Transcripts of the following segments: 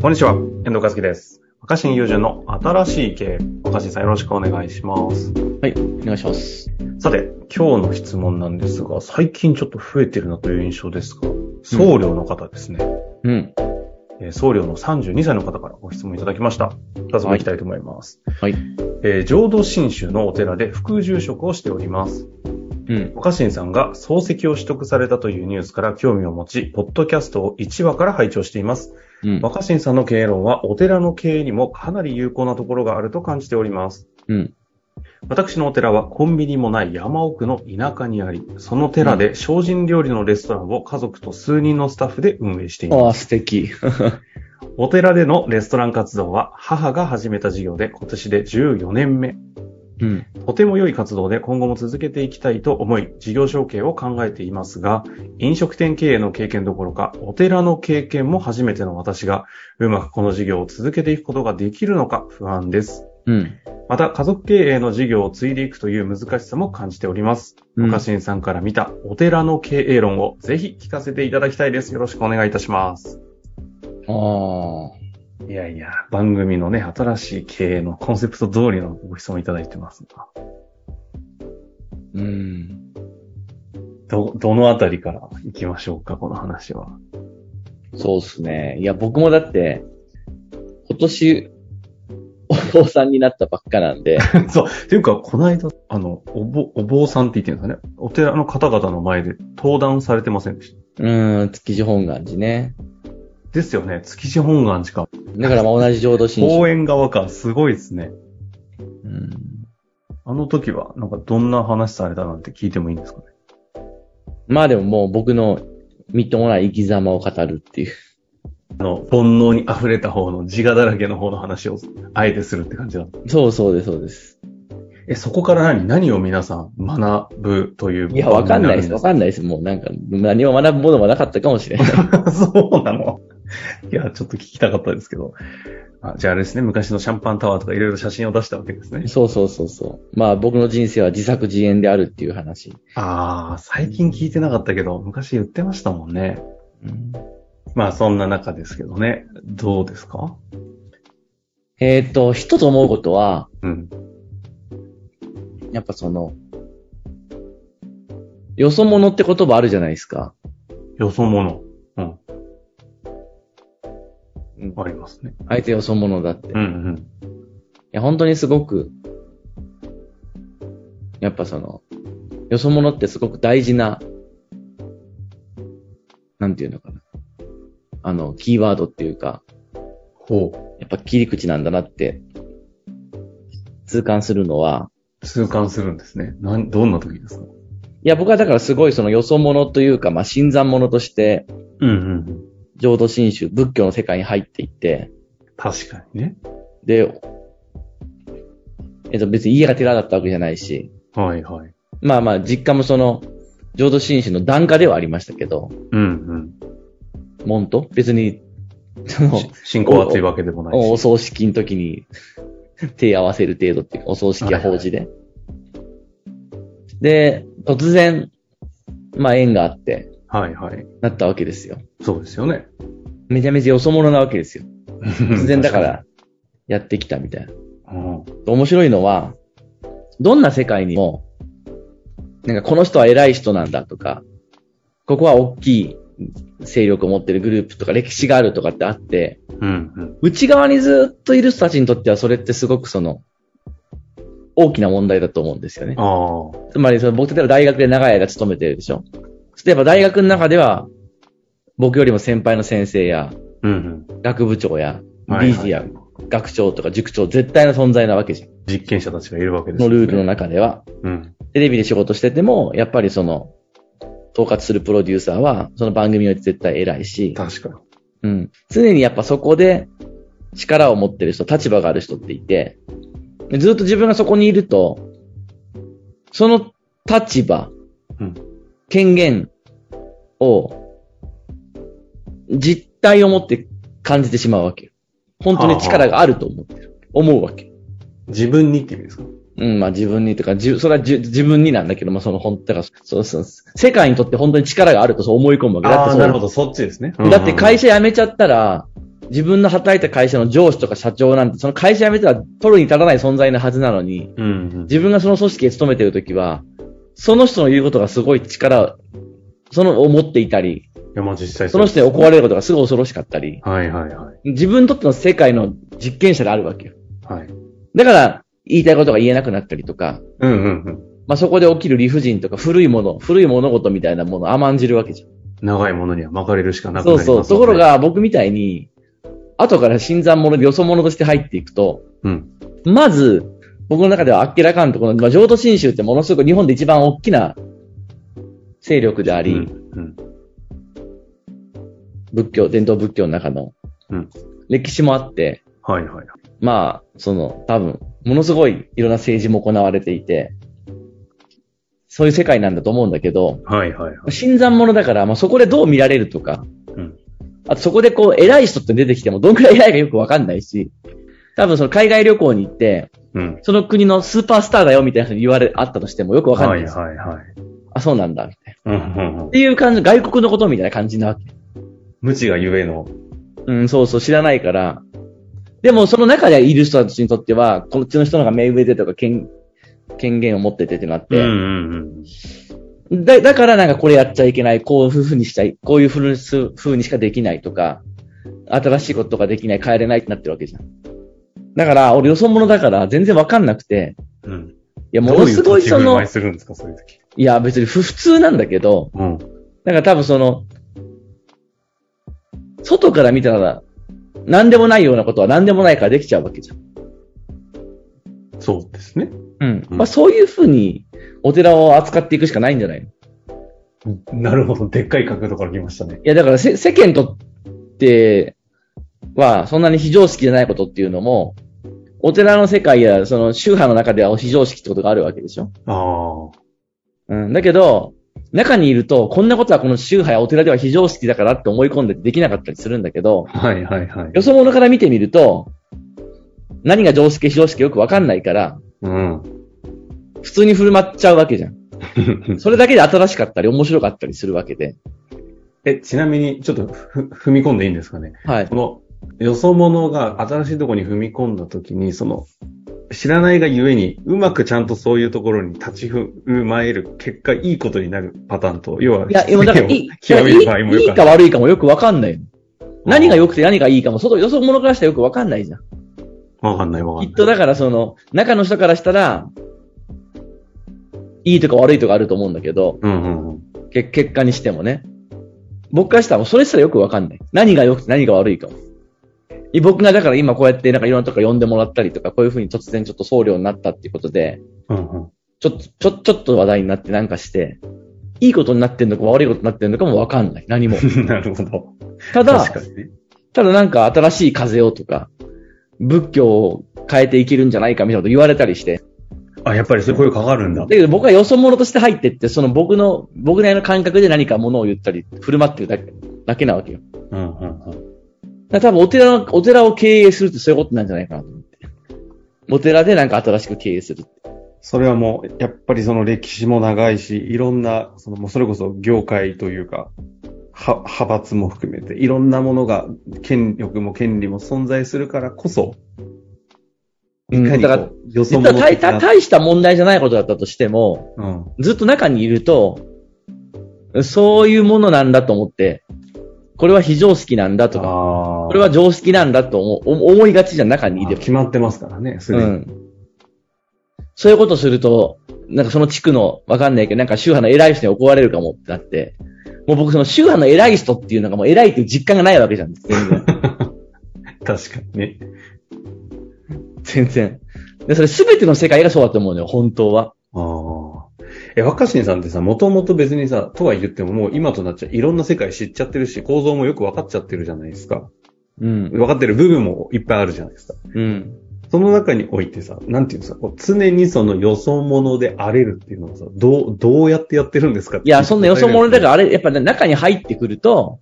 こんにちは、遠藤和樹です。若新友人の新しい経営。若新さんよろしくお願いします。はい、お願いします。さて、今日の質問なんですが、最近ちょっと増えてるなという印象ですが、僧侶の方ですね。うん。えー僧侶の32歳の方からご質問いただきました。早速いきたいと思います。はい。えー浄土真宗のお寺で副住職をしております。うん。若新さんが漱石を取得されたというニュースから興味を持ち、ポッドキャストを1話から拝聴しています。うん。若新さんの経営論はお寺の経営にもかなり有効なところがあると感じております。うん。私のお寺はコンビニもない山奥の田舎にあり、その寺で精進料理のレストランを家族と数人のスタッフで運営しています。ああ、素敵。お寺でのレストラン活動は母が始めた事業で今年で14年目。うん。とても良い活動で今後も続けていきたいと思い、事業承継を考えていますが、飲食店経営の経験どころか、お寺の経験も初めての私が、うまくこの事業を続けていくことができるのか不安です。うん。また、家族経営の事業を継いでいくという難しさも感じております。うん若新さんから見たお寺の経営論をぜひ聞かせていただきたいです。よろしくお願いいたします。ああ。いやいや、番組のね、新しい経営のコンセプト通りのご質問いただいてますが。うん。ど、どのあたりから行きましょうか、この話は。そうですね。いや、僕もだって、今年、お坊さんになったばっかなんで、そう。っていうか、この間、あの、お坊、お坊さんって言ってるんですかね。お寺の方々の前で登壇されてませんでした。 うん、築地本願寺ね。ですよね。築地本願寺か。だ からまあ同じ浄土真宗。公園側か。すごいですね。うんあの時は、なんかどんな話されたなんて聞いてもいいんですかね。まあでももう僕のみっともない生き様を語るっていう。あの、煩悩に溢れた方の自我だらけの方の話を、あえてするって感じだった。そうそうです、そうです。え、そこから何何を皆さん学ぶといういや、わかんないです、わよ。かんないです。もうなんか、何も学ぶものもなかったかもしれない。 そうなのいや、ちょっと聞きたかったですけど。あじゃああれですね、昔のシャンパンタワーとかいろいろ写真を出したわけですね。そうそうそうそう。まあ僕の人生は自作自演であるっていう話。ああ、最近聞いてなかったけど、昔言ってましたもんね。まあそんな中ですけどね。どうですかえっ、と、人と思うことは、うん。やっぱその、よそ者って言葉あるじゃないですか。よそ者。うん。うんありますね。相手よそ者だって。ういんや、本当にすごく、やっぱその、よそ者ってすごく大事な、なんていうのかな。あの、キーワードっていうか、ほやっぱ切り口なんだなって、痛感するのは、う。痛感するんですね。なん、どんな時ですかいや、僕はだからすごいそのよそ者というか、まあ、新参者として、うんうんうん。浄土真宗、仏教の世界に入っていって、確かにね。で、えっと、別に家が寺だったわけじゃないし、はいはい。まあまあ、実家もその、浄土真宗の檀家ではありましたけど、うん門徒別に、そうん。のし、信仰はというわけでもないおし。葬式の時に手合わせる程度っていうか、お葬式や法事で。で、突然、まあ縁があって、はいはい。なったわけですよ。そうですよね。めちゃめちゃよそ者なわけですよ。突突然だか。らやってきたみたいな。うん。面白いのは、どんな世界にも、なんかこの人は偉い人なんだとか、ここは大きい勢力を持ってるグループとか歴史があるとかってあって、うんうん。内側にずっといる人たちにとってはそれってすごくその、大きな問題だと思うんですよね。ああ。つまりその僕例えば大学で長い間勤めてるでしょ。そしてやっぱ大学の中では、僕よりも先輩の先生や、うん学部長や、はいはい理事や、学長とか塾長、絶対の存在なわけじゃん。うん。実験者たちがいるわけですのよねルールの中では。うん。テレビで仕事してても、やっぱりその、統括するプロデューサーは、その番組より絶対偉いし、確かに。うん。常にやっぱそこで、力を持ってる人、立場がある人っていて、でずっと自分がそこにいると、その立場、うん権限を、実体を持って感じてしまうわけよ。本当に力があると思ってる。思うわけ。自分にって意味ですかうん、まあ自分にとか、じゅそれはじゅ自分になんだけど、まあその本、だから、そうそう、世界にとって本当に力があるとそう思い込むわけ。だってああ、そうなるほど、そっちですね。だって会社、社辞めちゃったら、自分の働いた会社の上司とか社長なんて、その会社辞めたら取るに立たない存在なはずなのに、うんうん。自分がその組織へ勤めてるときは、その人の言うことがすごい力、そのを持っていたり、いや、まあ実際その人に怒られることがすごい恐ろしかったり、はいはいはい。自分にとっての世界の実験者であるわけよ。はい。だから、言いたいことが言えなくなったりとか、うんうんうん。まあ、そこで起きる理不尽とか古いもの、古い物事みたいなものを甘んじるわけじゃん。長いものには巻かれるしかなくなそりうますもんそねう。ところ。が僕みたいに、後から新参者でよそ者として入っていくと、うん。まず、僕の中ではあっけらかんとこの、まあ、浄土真宗ってものすごく日本で一番大きな勢力であうり、ん。うん。仏教、伝統仏教の中のうん。歴史もあって、はいはい。まあ、その、多分、ものすごいいろんな政治も行われていて、そういう世界なんだと思うんだけど、はいはいはい。新参者だから、まあ、そこでどう見られるとか、うん。あとそこでこう、偉い人って出てきても、どんくらい偉いかよくわかんないし、多分その海外旅行に行って、うん。その国のスーパースターだよみたいな人に言われ、あったとしてもよくわかんないです。はいはいはい。あ、そうなんだ、みたいな。っうんうんうん。ていう感じ、外国のことみたいな感じなわけ。無知がゆえの。うん、そうそう、知らないから。でも、その中でいる人たちにとっては、こっちの人の方が目上でとか権、権限を持っててってなっうんて、うんうん。だ、だからなんかこれやっちゃいけない、こういう風にしたい、こういう風にす風にしかできないとか、新しいことができない、帰れないってなってるわけじゃん。だから、俺よそ者だから全然わかんなくて、うん。いや、ものすごいどそううう立ち振るの、舞いするんですか、そういう時。や、別にふ普通なんだけど、うん。なんか多分その、外から見たら、何でもないようなことは何でもないからできちゃうわけじゃん。そうですね。うん。うんまあ、そういうふうに、お寺を扱っていくしかないんじゃないのいなるほど。でっかい角度から来ましたね。や、だからせ、世間にとっては、そんなに非常識じゃないことっていうのも、お寺の世界や、その、宗派の中では非常識ってことがあるわけでしょああ。うん。だけど、中にいると、こんなことはこの宗派やお寺では非常識だからって思い込んでできなかったりするんだけど、はいはいはい。よそ者から見てみると、何が常識、非常識よくわかんないから、うん。普通に振る舞っちゃうわけじゃん。それだけで新しかったり、面白かったりするわけで。 え、ちなみに、ちょっとふ踏み込んでいいんですかね。はい。この、よそ者が新しいところに踏み込んだときに、その、知らないがゆえに、うまくちゃんとそういうところに立ち振る舞える結果、いいことになるパターンと、要は、いや、でも だから、いい、極める場合もいいいよいくかある悪いかもよくわかんない。何がよ良くて何がいいかも、外、よそ者からしたらよくわかんないじゃん。わかんないわかんなきい。っとだからその、中の人からしたら、いいとか悪いとかあると思うんだけど、うんうんうん。け結果にしてもね。僕からしたらもうそれすらよくわかんない。何が良くて何が悪いかも。い僕がだから今こうやってなんかいろんなとこ呼んでもらったりとか、こういうふうに突然ちょっと僧侶になったっていうことで、うんうん。ちょっと、ちょ、ちょっと話題になってなんかして、いいことになってんのか悪いことになってんのかもわかんない。何も。なるほど。ただ、確かにね。ただなんか新しい風をとか、仏教を変えていけるんじゃないかみたいなこと言われたりして。あ、やっぱりそういう声かかるんだだ。けど僕はよそ者として入ってって、その僕の、僕なりの感覚で何かものを言ったり、振る舞ってるだけ、だけなわけよ。うんうんうん。だから多分お寺の、お寺を経営するってそういうことなんじゃないかなと思って。お寺でなんか新しく経営する。それはもう、やっぱりその歴史も長いし、いろんな、そのもうそれこそ業界というか、は、派閥も含めて、いろんなものが、権力も権利も存在するからこそ、うん、いかだにかこらう、予実想はも大大大した問題じゃないことだったとしても、うん。ずっと中にいると、そういうものなんだと思って、これは非常識なんだとか、ああ。これは常識なんだと思うお思いがちじゃん、中にいあれば。決まってますからね、すでうに。ん。そういうことすると、なんかその地区の、わかんないけど、なんか宗派の偉い人に怒られるかもってなって、もう僕その宗派の偉い人っていうのがもう偉いっていう実感がないわけじゃん、全然。 確かにね。全然。で、それ全ての世界がそうだと思うのよ、本当は。ああ。え、若新さんってさ、もともと別にさ、とは言ってももう今となっちゃいろんな世界知っちゃってるし、構造もよく分かっちゃってるじゃないですか。うん。分かってる部分もいっぱいあるじゃないですか。うん。その中においてさ、なんていうんですか、こう常にその予想者で荒れるっていうのはさ、どう、どうやってやってるんですかいや、そんなよそ者だら。から、あれ、やっぱね中に入ってくると、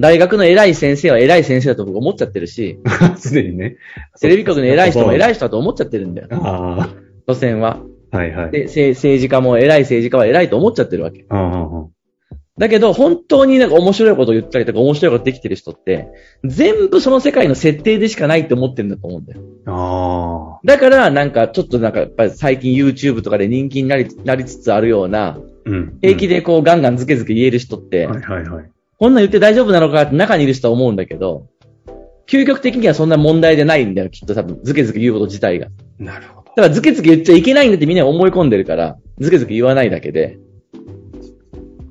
大学の偉い先生は偉い先生だと僕思っちゃってる し、 すでにね。テレビ局の偉い人も偉い。い人だと思っちゃってるんだよ、あ所詮は。あ。はいはい。で、せ政治家も偉い政治家は偉いと思っちゃってるわけ。うんうんうん。だけど、本当になんか面白いことを言ったりとか、面白いことできてる人って、全部その世界の設定でしかないって思ってるんだと思うんだよ。あだから、なんか、ちょっとなんか、やっぱり最近 YouTube とかで人気になりなりつつあるような、あ。うん。平気でこう、ガンガンズケズケ言える人って、はいはいはい。こんなん言って大丈夫なのかって中にいる人は思うんだけど、究極的にはそんな問題じゃないんだよ、きっと多分。ズケズケ言うこと自体が。だなるほど。からズケズケ言っちゃいけないんだってみんな思い込んでるから、ズケズケ言わないだけで。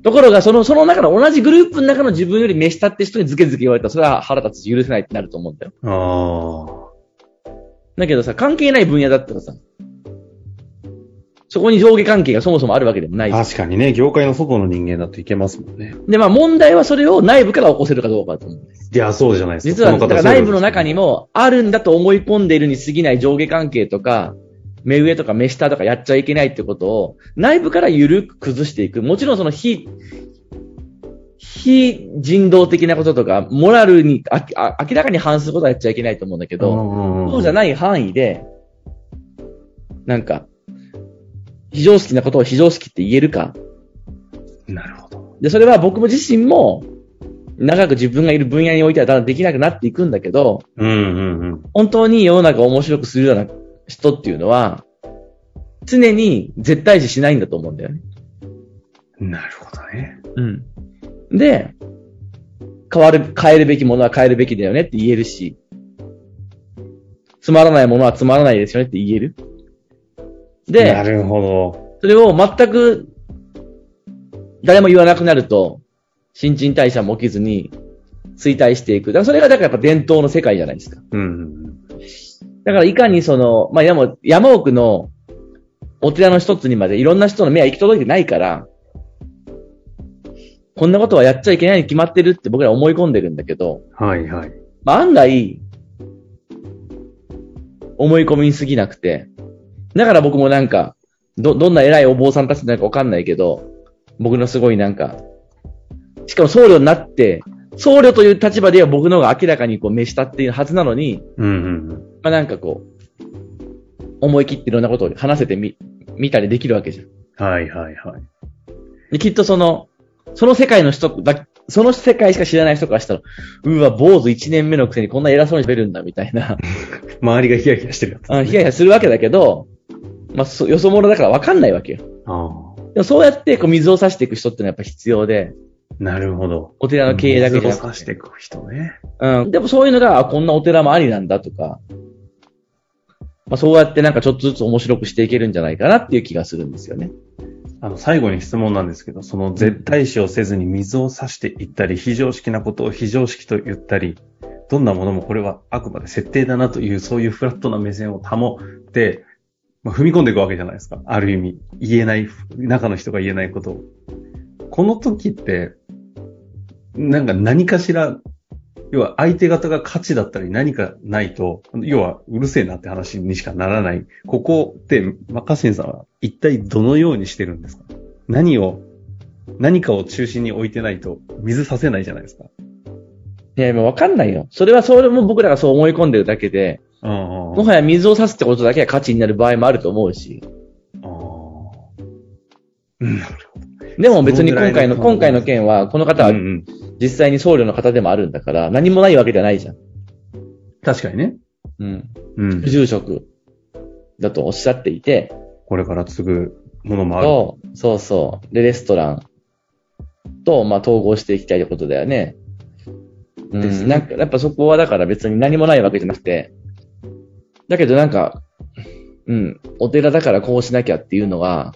ところが、その、その中の同じグループの中の自分より目下って人にズケズケ言われたら、それは腹立つし許せないってなると思うんだよ。あだけどさ、関係ない分野だったらさ、そこに上下関係がそもそもあるわけでもないしあ。確かにね、業界の外の人間だといけますもんね。で、まあ問題はそれを内部から起こせるかどうかだと思うんです。いや、そうじゃないです実は、こだか方ら内部の中にも。もあるんだと思い込んでいるに過ぎない上下関係とか、目上とか目下とかやっちゃいけないってことを、内部から緩く崩していく。もちろんその非、非人道的なこととか、モラルにああ明らかに反することはやっちゃいけないと思うんだけど、そうじゃないない範囲で、なんか、非常識なことを非常識って言えるか。なるほど。で、それは僕も自身も、長く自分がいる分野においてはだんだんできなくなっていくんだけど、うんうんうん。本当に世の中を面白くするような人っていうのは、常に絶対視しないんだと思うんだよね。なるほどね。うん。で、変わる、変えるべきものは変えるべきだよねって言えるし、つまらないものはつまらないですよねって言える。で、なるほど。それを全く誰も言わなくなると、新陳代謝も起きずに衰退していく。だからそれがだからやっぱ伝統の世界じゃないですか。うんうんだからいかにその、まあ、でも山奥のお寺の一つにまでいろんな人の目は行き届いてないから、こんなことはやっちゃいけないに決まってるって僕ら思い込んでるんだけど、うん。はいはい。まあ、案外、思い込みに過ぎなくて、だから僕もなんか、ど、どんな偉いお坊さんたちなのかわかんないけど、僕のすごいなんか、しかも僧侶になって、僧侶という立場では僕の方が明らかにこう目下っていうはずなのに、うんうんうん。まあなんかこう、思い切っていろんなことを話せてみ、見たりできるわけじゃん。はいはいはい。で、きっとその、その世界の人だ、その世界しか知らない人からしたら、うわ、坊主一年目のくせにこんな偉そうに喋るんだ、みたいな。周りがヒヤヒヤしてるやつ。あヒヤヒヤするわけだけど、まあ、そよそ者だから分かんないわけよ。ああ。でもそうやってこう水を差していく人ってのはやっぱ必要で、なるほど。お寺の経営だけじゃな水をく差していく人ね。うん。でもそういうのが、あこんなお寺もありなんだとか、まあ、そうやってなんかちょっとずつ面白くしていけるんじゃないかなっていう気がするんですよね。あの、最後に質問なんですけど、その絶対視をせずに水を差していったり、非常識なことを非常識と言ったり、どんなものもこれはあくまで設定だなという、そういうフラットな目線を保って、まあ、踏み込んでいくわけじゃないですか。ある意味、言えない、中の人が言えないことを。この時って、なんか何かしら、要は相手方が価値だったり何かないと、要はうるせえなって話にしかならない。ここって、マカセンさんは一体どのようにしてるんですか何を、何かを中心に置いてないと水させないじゃないですか。いや、今分かんないよ。それはそれも僕らがそう思い込んでるだけで、うんうんもはや水を差すってことだけは価値になる場合もあると思うし、うん。でも別にその今回の、ぐらいの今回の件は、この方うはんうん実際に僧侶の方でもあるんだから、何もないわけじゃないじゃん。確かにね。うん。うん。住職だとおっしゃっていて、これから継ぐものもある。と、そうそう。で、レストランと、まあ、統合していきたいってことだよね。うですん。ねなんか、やっぱそこはだから別に何もないわけじゃなくて、だけどなんか、うん、お寺だからこうしなきゃっていうのは、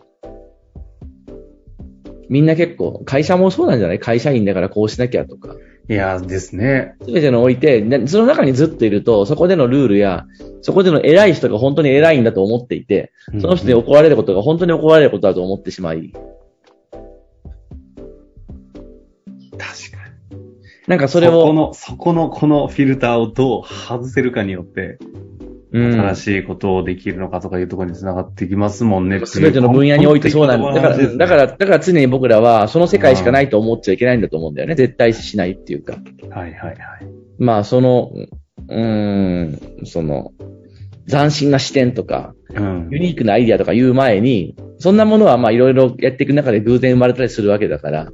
みんな結構、会社もそうなんじゃない会社員だからこうしなきゃとか。いやーですね。すべてのおいて、なその中にずっといると、そこでのルールや、そこでの偉い人が本当に偉いんだと思っていて、その人に怒られることが本当に怒られることだと思ってしまい、うん確かに。なんかそそれこを、の、そこの、このフィルターをどう外せるかによって、うん正しいことをできるのかとかいうところに繋がってきますもんね。、すべての分野においてそうなんだ。だから、だからら、だから常に僕らは、その世界しかないと思っちゃいけないんだと思うんだよね。絶対視しないっていうか。はいはいはい。まあ、その、うーん、その、斬新な視点とか、うんユニークなアイディアとか言う前に、そんなものはまあいろいろやっていく中で偶然生まれたりするわけだから、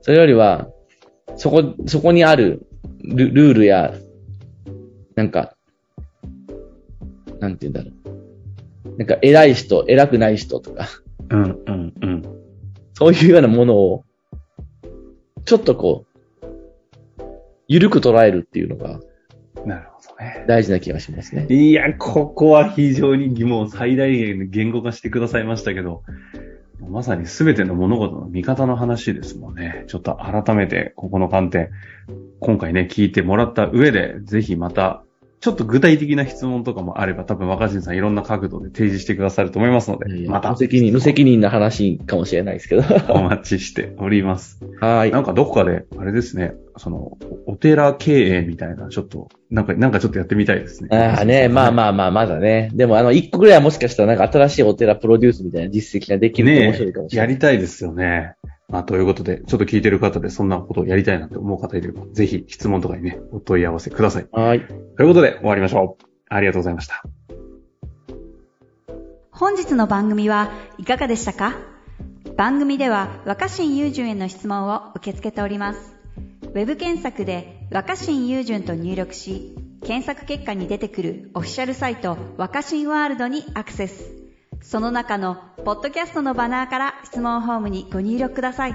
それよりは、そこ、そこにあるルルールや、なんか、なんて言うんだろう。なんか偉い人、偉くない人とか、 うん、うん、うん。そういうようなものを、ちょっとこう、ゆるく捉えるっていうのがなるほどね。大事な気がしますね。いや、ここは非常に疑問を最大限言語化してくださいましたけど、まさに全ての物事の見方の話ですもんね。ちょっと改めてここの観点、今回ね、聞いてもらった上で、ぜひまた、ちょっと具体的な質問とかもあれば、多分若新さんいろんな角度で提示してくださると思いますのいやいで、やまた無責任、無責任な話かもしれないですけ ど。は お待ちしております。ーいな。んかどこかで、あれですね、その、おお寺経営みたいな、ちょっと、なんか、なんかちょっとやってみたいですね。ああね、まああ。まあまあ、まだね。でも、あの、一個ぐらいはもしかしたら、なんか新しいお寺プロデュースみたいな実績ができると面ね白いかもしえ、れなやい。りたいですよね。まあ、ということで、ちょっと聞いてる方でそんなことをやりたいなって思う方いれば、ぜひ質問とかにね、お問い合わせください。はーい。ということで、終わりましょう。ありがとうございました。本日の番組はいかがでしたか番組では若新雄純への質問を受け付けております。ウェブ検索で若新雄純と入力し、検索結果に出てくるオフィシャルサイト若新ワールドにアクセス。その中のポッドキャストのバナーから質問フォームにご入力ください。